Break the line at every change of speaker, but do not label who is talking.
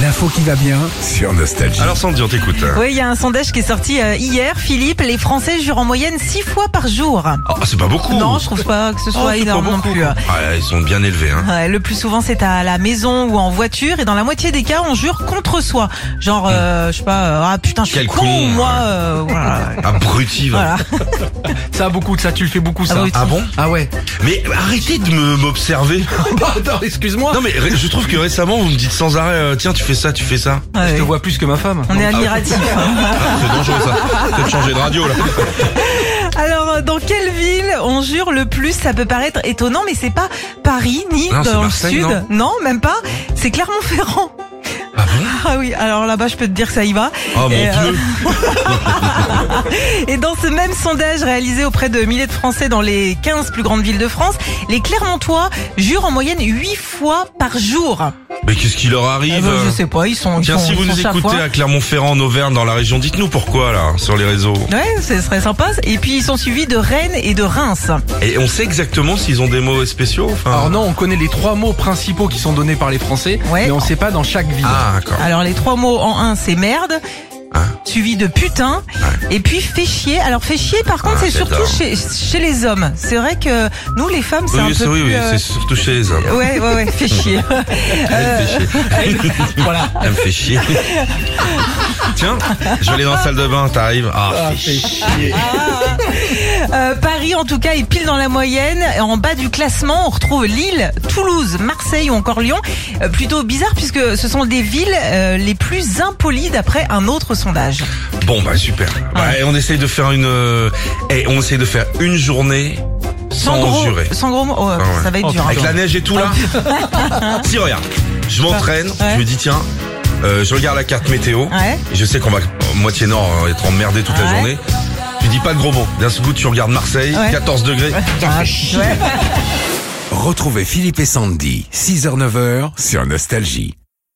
L'info qui va bien sur Nostalgie.
Alors Sandy, on t'écoute.
Oui, il y a un sondage qui est sorti euh, hier, Philippe. Les Français jurent en moyenne six fois par jour.
Oh, c'est pas beaucoup.
Non, je trouve pas que ce
Oh,
soit
c'est pas
énorme non
beaucoup.
plus. hein.
Ah, ils sont bien élevés. Hein.
Ouais, le plus souvent, c'est à la maison ou en voiture, et dans la moitié des cas, on jure contre soi. Genre, euh, je sais pas, euh, ah putain, je suis
Quel
con,
con, hein.
moi. euh, voilà.
Abruti, va.
Voilà.
Ça beaucoup, ça tu le fais beaucoup ça.
Ah oui.
Ah bon
Ah ouais.
Mais arrêtez de me- m'observer.
Pardon, Bah, excuse-moi.
non mais ré- je trouve que récemment vous me dites sans arrêt, euh, tiens tu fais ça, tu fais ça.
Ouais,
Je te vois plus que ma femme.
Ah
on est admiratif. Ah.
C'est dangereux ça. Peut-être changer de radio là.
Alors, euh, dans quelle ville on jure le plus Ça peut paraître étonnant, mais c'est pas Paris ni
Non, c'est
dans le
Marseille,
sud.
non
même pas. C'est Clermont-Ferrand.
Ah bon
Ah oui, alors là-bas, je peux te dire que ça y va.
Oh
Et,
mon
euh,
Dieu.
Et dans ce même sondage réalisé auprès de milliers de Français dans les 15 plus grandes villes de France, les Clermontois jurent en moyenne 8 fois par jour.
Mais qu'est-ce qui leur
Eh
arrive
ben,
euh
je sais pas, ils sont. ils
Tiens,
sont-
si vous
ils
nous
sont chaque
écoutez
fois.
à Clermont-Ferrand, en Auvergne, dans la région, dites-nous pourquoi là, sur les réseaux.
Ouais, ce serait sympa. Et puis ils sont suivis de Rennes et de Reims.
Et on sait exactement s'ils ont des mots spéciaux. Enfin...
Alors non, on connaît les trois mots principaux qui sont donnés par les Français,
Ouais.
mais on sait pas dans chaque ville.
Ah d'accord.
Alors les trois mots en un, c'est merde.
Ah.
Suivi de putain et puis fait chier. Alors fait chier, par contre,
Ah,
c'est surtout
j'adore.
chez, chez les hommes. C'est vrai que nous, les femmes, c'est
Oui,
un
oui,
peu
c'est- oui,
plus,
oui,
euh,
c'est surtout chez les hommes.
ouais, ouais, ouais, fait chier.
Elle me fait chier.
Voilà.
Elle me fait chier. Tiens, je vais aller dans la salle de bain, t'arrives. Ah, fais chier.
Euh, Paris, en tout cas, est pile dans la moyenne. En bas du classement, on retrouve Lille, Toulouse, Marseille ou encore Lyon. Euh, plutôt bizarre puisque ce sont des villes euh, les plus impolies d'après un autre sondage.
Bon bah super. Bah, et on essaye de faire une euh, et on essaye de faire une journée sans,
gros,
jurer. Ah
sans gros mots, oh,
ouais.
ça va être dur. hein.
Avec la neige et tout là. si regarde, je m'entraîne, je me dis tiens, euh, je regarde la carte météo.
Ouais.
Et je sais qu'on va euh, moitié nord euh, être emmerdé toute la
Ouais.
journée. Tu dis pas de gros mots. D'un seul coup tu regardes Marseille,
Ouais.
14 degrés. Putain, fais chier.
Retrouvez Philippe et Sandy, 6h-9h sur Nostalgie.